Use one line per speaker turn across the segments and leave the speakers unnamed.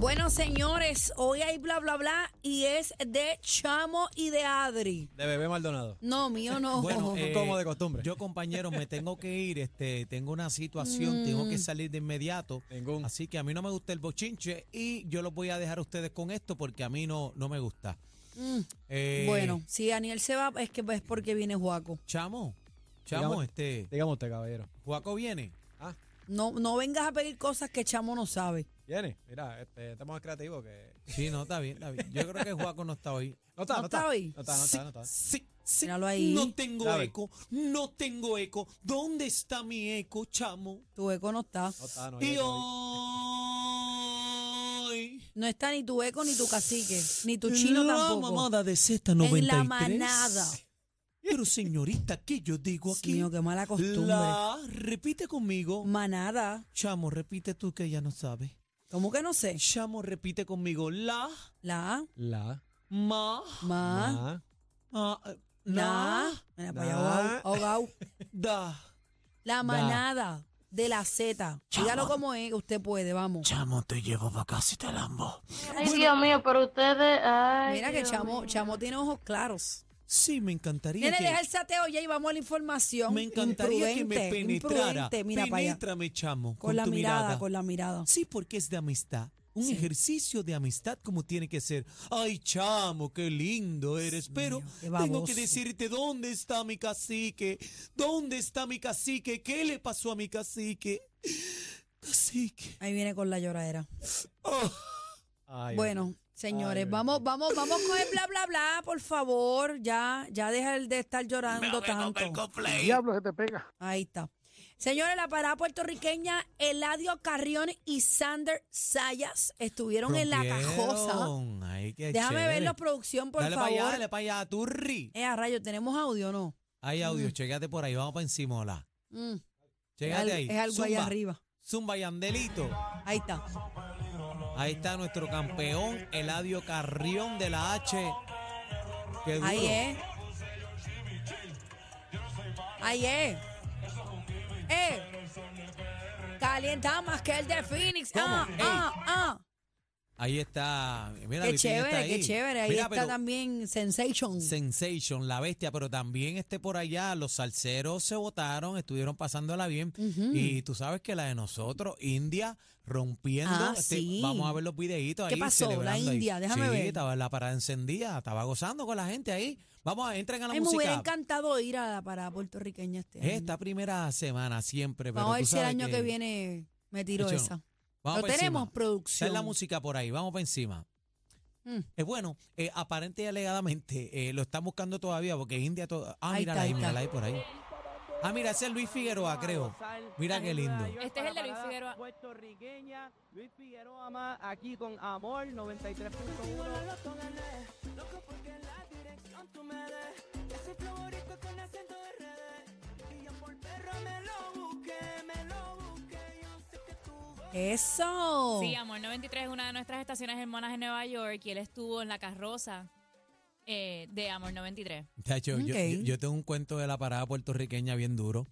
Bueno, señores, hoy hay bla bla bla y es de Chamo y de Adri.
De bebé Maldonado.
No, mío no.
Bueno, eh, como de costumbre.
Yo, compañero, me tengo que ir, este, tengo una
Mm.
situación, tengo que salir de inmediato.
Tengo un-
Así que a mí no me gusta el bochinche y yo los voy a dejar a ustedes con esto porque a mí no, no me gusta. Eh,
Mm. Bueno, si Daniel se va, es que es porque viene Juaco.
Chamo, chamo,
Dígame-
este,
Dígame usted, caballero.
Juaco viene.
Ah,
No, no vengas a pedir cosas que Chamo no sabe.
viene. Mira, este, estamos más creativos que.
Sí, no, está bien, está bien. Yo creo que Juaco no está hoy.
No
¿No
está, no
está
está.
hoy?
No está, no está, no está.
Sí, sí.
Míralo ahí.
No tengo
Está bien.
eco, no tengo eco. ¿Dónde está mi eco, chamo?
Tu eco no está.
No está, no
y
viene hoy.
hoy...
No está ni tu eco, ni tu cacique, ni tu chino
la
tampoco.
mamada de Z93.
En la manada.
Pero señorita, ¿qué yo digo
Dios
aquí?
mío, qué mala costumbre.
La repite conmigo.
Manada.
Chamo, repite tú que ya no sabes.
¿Cómo que no sé?
Chamo, repite conmigo. La
La,
La.
ma
ma,
na,
ah, eh,
na.
na
Mira, para allá,
Na.
ahogao, ahogao.
da.
La manada de la Z. Dígalo como es, usted puede, vamos.
Chamo, te llevo para casa y te lambo.
Ay, Dios mío, pero ustedes. Ay,
Mira que
Dios
Chamo,
mío.
Chamo tiene ojos claros.
Sí, me encantaría.
Nene,
que-
deja el sateo ya y vamos a la información.
me encantaría que me
Imprudente,
penetrara.
imprudente. Mira para allá.
Penétrame, chamo.
Con la
tu
mirada, con la mirada.
Sí, porque es de amistad. Un
Sí.
ejercicio de amistad como tiene que ser. Ay, chamo, qué lindo eres. Pero
mío, qué
tengo
baboso.
que decirte dónde está mi cacique. ¿Dónde está mi cacique? ¿Qué le pasó a mi cacique? Cacique.
Ahí viene con la lloradera.
Ay,
bueno, señores, vamos, vamos, vamos con el bla bla bla, por favor. Ya, ya deja el de estar llorando tanto.
Diablo se te pega.
Ahí está. Señores, la parada puertorriqueña, Eladio Carrión y Sander Sayas estuvieron en la cajosa.
Rompieron. Ay, qué
Déjame
chévere.
ver la producción, por
dale
favor.
para allá, dale para allá, turri.
Eh, a rayo, ¿tenemos audio o no?
Hay audio, chécate por ahí, vamos para encima, hola.
Mm, es, Mm.
Chécate
al-
ahí.
es algo allá
Zumba,
arriba.
Zumba y Andelito.
Ahí está.
Ahí está nuestro campeón, Eladio Carrión de la H. Qué duro.
Ahí es. Ahí es. Eh. Calienta más que el de Phoenix.
¿Cómo?
Ah,
Ey.
ah, ah.
Ahí está. Mira,
Qué
Vitín está
chévere, qué
ahí.
chévere. Ahí
Mira,
está
pero
también Sensation.
Sensation, la bestia, pero también este por allá, los salseros se votaron, estuvieron pasándola bien.
Ujú.
Y tú sabes que la de nosotros, India, rompiendo.
Ah,
este,
sí.
Vamos a ver los videitos
¿Qué
ahí.
pasó? La
celebrando ahí.
India, déjame
Sí,
ver.
estaba la parada encendida, estaba gozando con la gente ahí. Vamos, a entren a la
Ay, me hubiera
música.
encantado ir a la parada puertorriqueña este año.
Esta primera semana siempre, pero
Vamos a ver
tú
si el
sabes
año que, viene me tiro
Hecho,
esa.
Vamos
Lo
pa'
tenemos,
encima.
producción.
Sale la música por ahí, vamos para encima.
Mm.
Eh, bueno, eh, aparente y alegadamente eh, lo están buscando todavía porque India. to- ah,
Ahí
mírala
está, ahí
ahí,
está.
mírala ahí por ahí. Ah, mira, ese es Luis Figueroa, creo. Mira qué lindo.
Este es el de Luis Figueroa. Puertorriqueña, Luis Figueroa más aquí con Amor 93.1. E.
Eso.
Oh.
Sí, Amor 93 es una de nuestras estaciones hermanas en Nueva York y él estuvo en la carroza eh, de Amor 93.
Chacho, yo-
Ok.
yo, yo tengo un cuento de la parada puertorriqueña bien duro.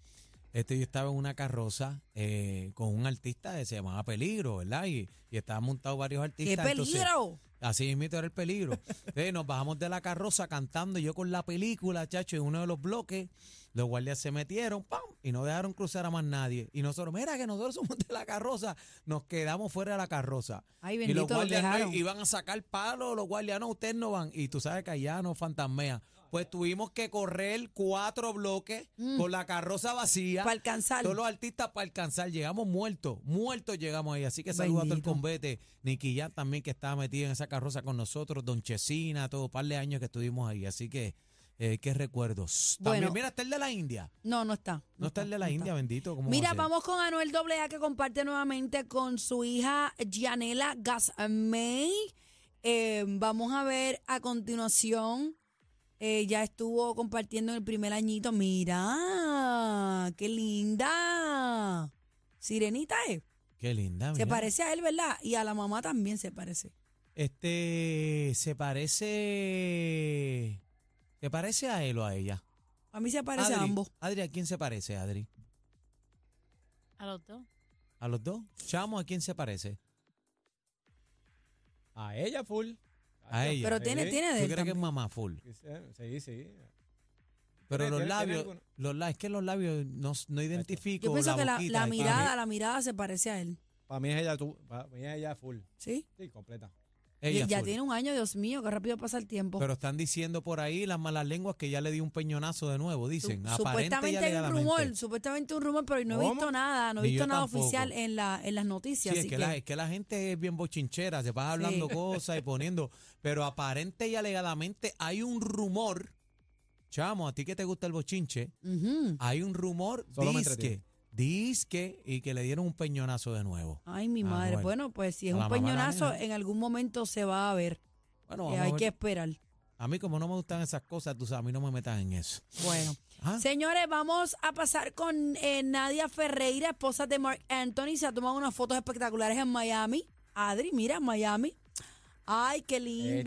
Este, yo estaba en una carroza eh, con un artista que se llamaba Peligro, ¿verdad? Y, y estaban montados varios
¡Qué
artistas. entonces-
peligro!
Así mismo era el peligro. Entonces nos bajamos de la carroza cantando yo con la película, chacho, en uno de los bloques. Los guardias se metieron, ¡pam! Y no dejaron cruzar a más nadie. Y nosotros, mira que nosotros somos de la carroza, nos quedamos fuera de la carroza.
Ay,
y
bendito,
los
lo
guardias no,
dejaron.
iban a sacar palos, los guardias no, ustedes no van. Y tú sabes que allá no fantasmea. Pues tuvimos que correr cuatro bloques
Mm.
con la carroza vacía.
Para alcanzar.
Todos los artistas para alcanzar. Llegamos muertos, muertos llegamos ahí. Así que saludo a todo el
Bendito.
convete. Nicky Jam también que estaba metido en esa carroza con nosotros. Don Chesina, todo par de años que estuvimos ahí. Así que, eh, qué recuerdos.
Bueno.
También, mira, está el de la India.
No, no está.
No está el de la
no está.
India, bendito. ¿cómo va a
Mira,
ser?
vamos con Anuel AA que comparte nuevamente con su hija Gianela Gasmey. Eh, vamos a ver a continuación. eh, ya estuvo compartiendo el primer añito. Mira, qué linda. Sirenita es.
Qué linda,
Se
Ah, mira.
parece a él, ¿verdad? Y a la mamá también se parece.
Este, se parece... ¿Te parece a él o a ella?
A mí se parece a
Adri,
ambos.
Adri, ¿a quién se parece, Adri?
A los dos.
¿A los dos? Chamo, ¿a quién se parece?
A ella full.
A ella.
Pero tiene,
Sí.
tiene
¿Tú
de él
crees que es
también.
mamá full?
Sí, sí.
Pero
Tiene- tiene-
los
tiene
labios,
alguno.
los la- es que los labios no, no identifico
Yo pienso
la
que la,
boquita
la
y-
mirada, la mirada se parece a él.
Para mí es ella tú. Para mí es ella full.
¿Sí?
Sí, completa.
Ella
ya
full.
tiene un año, Dios mío, qué rápido pasa el tiempo.
Pero están diciendo por ahí las malas lenguas que ya le dio un peñonazo de nuevo,
Su-
dicen. Aparente y
supuestamente hay un rumor,
alegadamente.
supuestamente un rumor, pero no he
¿Cómo?
visto nada, no he
Ni
visto
yo
nada
tampoco.
oficial en, la, en las
Sí,
noticias.
es
así
que,
que,
La, es que la gente es bien bochinchera, se va hablando
Sí.
cosas y poniendo. Pero aparente y alegadamente hay un rumor, chamo, a ti que te gusta el bochinche,
Ujú.
hay un rumor,
Solo me
disque, disque, y que le dieron un peñonazo de nuevo.
Ay, mi
Ah,
madre.
bueno.
Bueno, pues si es
A la
un
mamá la
peñonazo,
nena.
en algún momento se va a ver.
Bueno,
Eh,
vamos a
hay
ver.
que esperar.
A mí como no me gustan esas cosas, tú sabes, a mí no me metas en eso.
Bueno.
Ah,
Señores, vamos a pasar con eh, Nadia Ferreira, esposa de Mark Anthony. Se ha tomado unas fotos espectaculares en Miami. Adri, mira, Miami. Ay, qué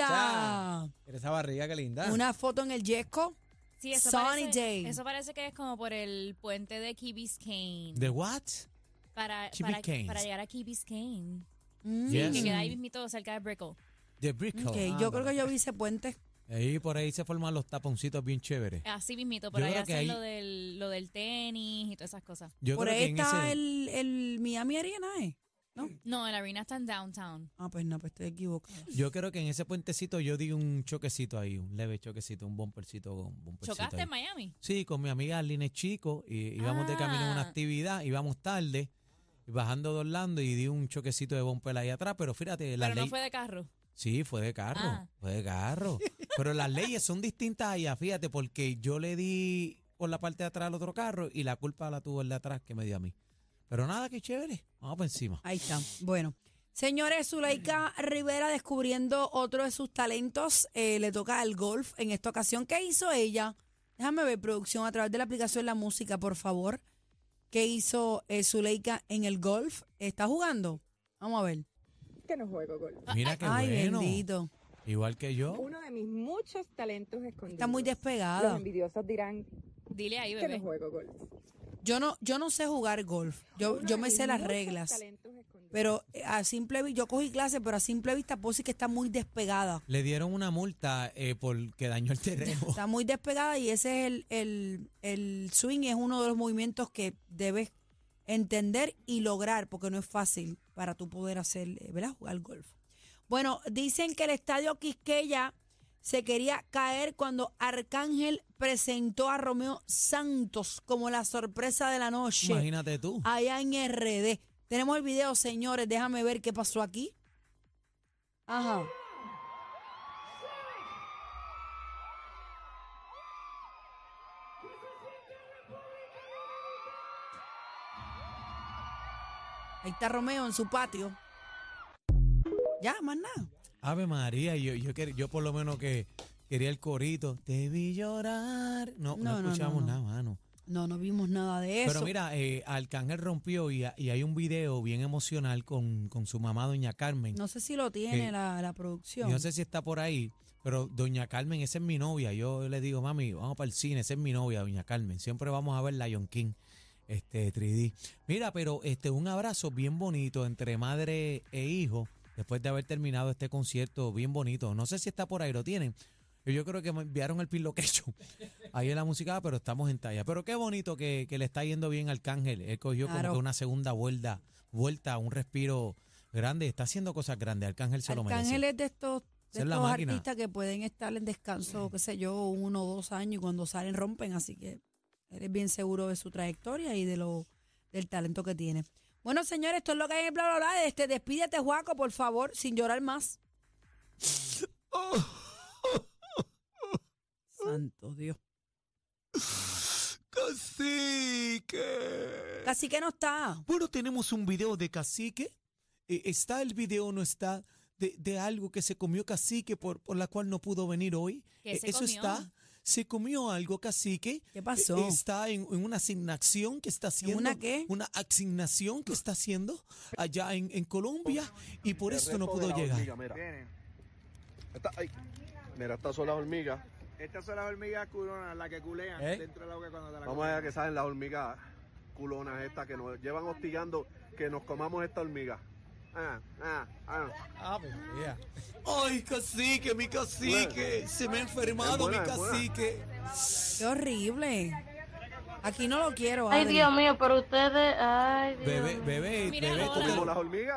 linda.
Mira esa barriga, qué linda.
Una foto en el Yesco.
Sí, eso
Sunny
parece,
Day.
Eso parece que es como por el puente de Key Biscayne.
¿De what?
para,
Key
para,
Biscayne.
para llegar a Key Biscayne.
Mm.
Yes.
Que queda ahí mismito cerca de Brickell.
De Brickell. Ah.
Ok, Yo creo que yo vi ese puente.
Ahí por ahí se forman los taponcitos bien chéveres.
Así mismito, por
Yo
ahí
creo que
hacen
ahí-
lo, del, lo del tenis y todas esas cosas.
Yo
Por
creo
ahí
que en
está
ese-
el, el Miami Arena, ¿eh?
No, el arena está en downtown.
Ah, pues no, pues estoy equivocado.
yo creo que en ese puentecito yo di un choquecito ahí, un leve choquecito, un bumpercito, un bumpercito
¿Chocaste
Pues ahí.
en Miami?
Sí, con mi amiga Aline Chico, y íbamos de camino a una
Ah.
actividad, íbamos tarde, bajando de Orlando y di un choquecito de bumper ahí atrás, pero fíjate, la
Pero
ley...
no fue de carro.
Sí, fue de carro,
Ah.
fue de carro. Pero las leyes son distintas allá, fíjate, porque yo le di por la parte de atrás al otro carro y la culpa la tuvo el de atrás que me dio a mí. Pero nada, qué chévere. Vamos por encima.
Ahí está. Bueno. Señores, Zuleika Rivera descubriendo otro de sus talentos. Eh, le toca el golf en esta ocasión. ¿Qué hizo ella? Déjame ver, producción, a través de la aplicación La Música, por favor. ¿Qué hizo eh, Zuleika en el golf? ¿Está jugando? Vamos a ver.
que no juego golf.
Mira qué
Ay,
bueno.
bendito.
Igual que yo.
Uno de mis muchos talentos escondidos.
Está muy
Los
despegada.
envidiosos dirán
Dile ahí,
que no
bebé.
juego golf.
Yo no, yo no sé jugar golf. Yo,
Uno
yo
de
me
mis
sé las
muchos
reglas.
talentos escondidos.
Pero eh, a simple vista, yo cogí clases, pero a simple vista puedo decir que está muy despegada.
Le dieron una multa eh, porque dañó el terreno.
Está muy despegada y ese es el, el, el swing, es uno de los movimientos que debes entender y lograr, porque no es fácil para tú poder hacer, eh, ¿verdad? Jugar golf. Bueno, dicen que el estadio Quisqueya se quería caer cuando Arcángel presentó a Romeo Santos como la sorpresa de la noche
Imagínate tú.
allá en RD. Tenemos el video, señores. Déjame ver qué pasó aquí. Ajá. Ahí está Romeo en su patio. Ya, más nada.
Ave María, yo, yo, quer- yo por lo menos que quería el corito. Te vi llorar. No, no,
No, no, no,
escuchamos
no.
nada, mano.
No, no vimos nada de eso.
Pero mira, eh, Arcángel rompió y, y hay un video bien emocional con, con su mamá, Doña Carmen.
no sé si lo tiene
Eh,
la, la
Yo
producción.
no sé si está por ahí, pero Doña Carmen, esa es mi novia. Yo le digo, mami, vamos para el cine, esa es mi novia, Doña Carmen. Siempre vamos a ver Lion King, este 3D. Mira, pero este un abrazo bien bonito entre madre e hijo después de haber terminado este concierto bien bonito. No sé si está por ahí, lo tienen. Yo creo que me enviaron el pin location ahí en la música, pero estamos en talla. Pero qué bonito que, que le está yendo bien al Cángel. Él cogió
Claro.
como que una segunda vuelta, vuelta, un respiro grande. Está haciendo cosas grandes. Arcángel se lo merece.
Arcángel es de estos, de
Esa es la
estos
máquina.
artistas que pueden estar en descanso, qué sé yo, uno o dos años y cuando salen rompen, así que eres bien seguro de su trayectoria y de lo del talento que tiene. Bueno, señores, esto es lo que hay en el bla bla bla. Este, despídete, Juaco, por favor, sin llorar más. Santo Dios.
Cacique.
Casi que no está.
Bueno, tenemos un video de Cacique. Eh, ¿Está el video no está? De, de algo que se comió Cacique por, por la cual no pudo venir hoy. Eh,
¿Qué se
¿Eso
comió?
está? se comió algo, cacique.
¿Qué pasó?
Eh, Está en, en una asignación que está haciendo.
una qué?
Una asignación que está haciendo allá en, en Colombia y por esto no pudo llegar.
mira. Esta, ay, mira, estas son las hormigas.
Estas son las hormigas culonas, las que culean
¿Eh?
dentro del agua cuando te la
Vamos a
comes.
ver que salen las hormigas culonas estas que nos llevan hostigando que nos comamos esta hormiga. Ah, ah, ah.
Ah, pues, ya.
Ay, cacique, mi cacique. Se me ha
Es
enfermado
buena,
mi
es buena.
cacique.
Qué horrible. Aquí no lo quiero.
Ay,
Adri.
Dios mío, pero ustedes, ay, Dios
Bebé,
mío.
bebé,
Mira,
bebé,
Lola.
tú te-
Comimos las hormigas.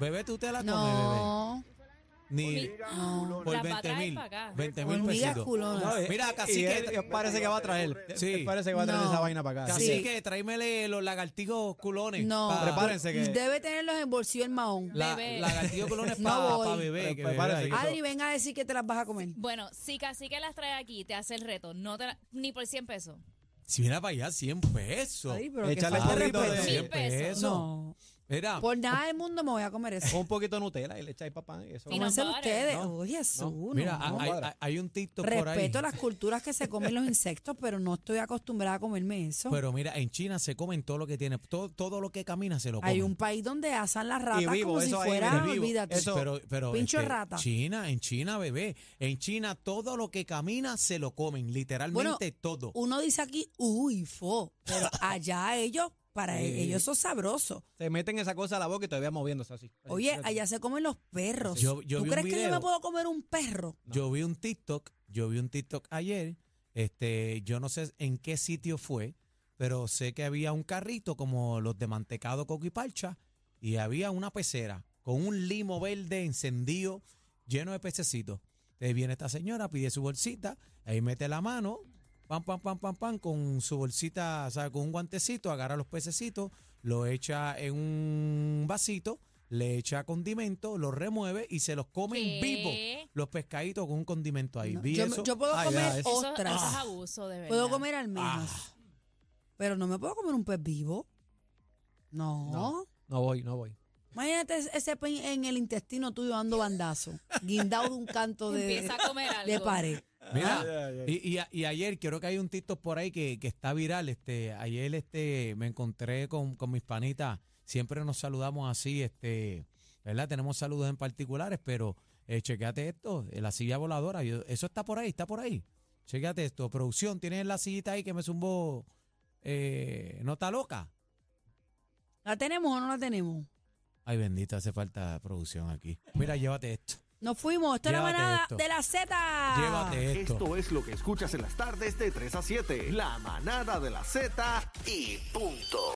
bebé, tú te la comes,
No.
bebé.
hormigas culonas.
no.
Ni por
Las va a
20
traer
mil.
pa' acá.
20 mil
Hormigas
pesitos.
No,
culonas.
eh,
Mira,
y
cacique,
él- él parece que va a traer.
Sí.
él parece que va a traer
No.
esa vaina para acá.
Sí.
Cacique, tráemele los lagartijos culones.
No.
pa-
Prepárense que.
Debe tenerlos en bolsillo el mahón.
La,
Bebé.
lagartijos culones
No
para
voy.
bebé. Que
Pre-
bebé
prepárate
ahí.
que-
Adri, venga a decir que te las vas a comer.
Bueno, si Cacique las trae aquí, te hace el reto. No te la- ni por 100 pesos.
Si viene para allá, 100 pesos.
Ay, pero
Échale
qué falta de
un poquito de-
respeto.
Mil pesos.
No.
Mira,
Por nada del mundo me voy a comer eso.
Un poquito de Nutella y le echáis papá. Y eso
Y no-
Cómanselo
pare.
ustedes.
Oh, No,
Oye, Jesús, no,
mira,
no.
hay, hay- hay un TikTok por ahí.
Respeto las culturas que se comen los insectos, pero no estoy acostumbrada a comerme eso.
Pero mira, en China se comen todo lo que tiene, todo, todo lo que camina se lo comen.
Hay un país donde asan las ratas
vivo,
como si
eso ahí,
fuera,
vivo,
olvídate.
eso-
pero, pero
pincho
este,
rata.
China, en China, bebé, en China todo lo que camina se lo comen, literalmente
Bueno,
todo.
Uno dice aquí, uy, fo, pero allá ellos, para
Sí.
ellos eso es sabroso.
Te meten esa cosa a la boca y todavía moviéndose así. Así,
Oye,
fíjate.
allá se comen los perros.
Yo- yo
¿Tú
vi un
crees que yo me
video.
puedo comer un perro?
Yo vi un TikTok, yo vi un TikTok ayer, este, yo no sé en qué sitio fue, pero sé que había un carrito como los de mantecado, coco y parcha, y había una pecera con un limo verde encendido, lleno de pececitos. Entonces viene esta señora, pide su bolsita, ahí mete la mano, pam, pam, pam, pam, pam, con su bolsita, o sea, con un guantecito, agarra los pececitos, lo echa en un vasito, le echa condimento, lo remueve y se los comen
¿Qué?
vivos los pescaditos con un condimento ahí.
No,
Vi
yo,
eso.
yo puedo
Ay,
comer
ya, eso-
Eso,
ostras,
eso es abuso, de verdad.
puedo comer almejas,
Ah.
pero no me puedo comer un pez vivo. No.
No. No voy, no voy.
Imagínate ese- ese pez en el intestino tuyo dando bandazo, guindado de un canto de,
Empieza a comer algo.
de pared.
Mira,
Ay, ay, ay.
y, y- y ayer creo que hay un TikTok por ahí que, que está viral. Este, ayer este, me encontré con, con mis panitas. Siempre nos saludamos así, este, ¿verdad? Tenemos saludos en particulares, pero eh, chequéate esto, eh, la silla voladora. yo- eso está por ahí, está por ahí. Chequéate esto, producción, tienes la sillita ahí que me zumbó. Eh, ¿No está loca?
¿La tenemos o no la tenemos?
Ay, bendito, hace falta producción aquí. Mira, llévate esto.
Nos fuimos. Esto es la
Llévate
manada
esto.
de la Z.
Llévate esto.
Esto es lo que escuchas en las tardes de 3 a 7. La manada de la Z y punto.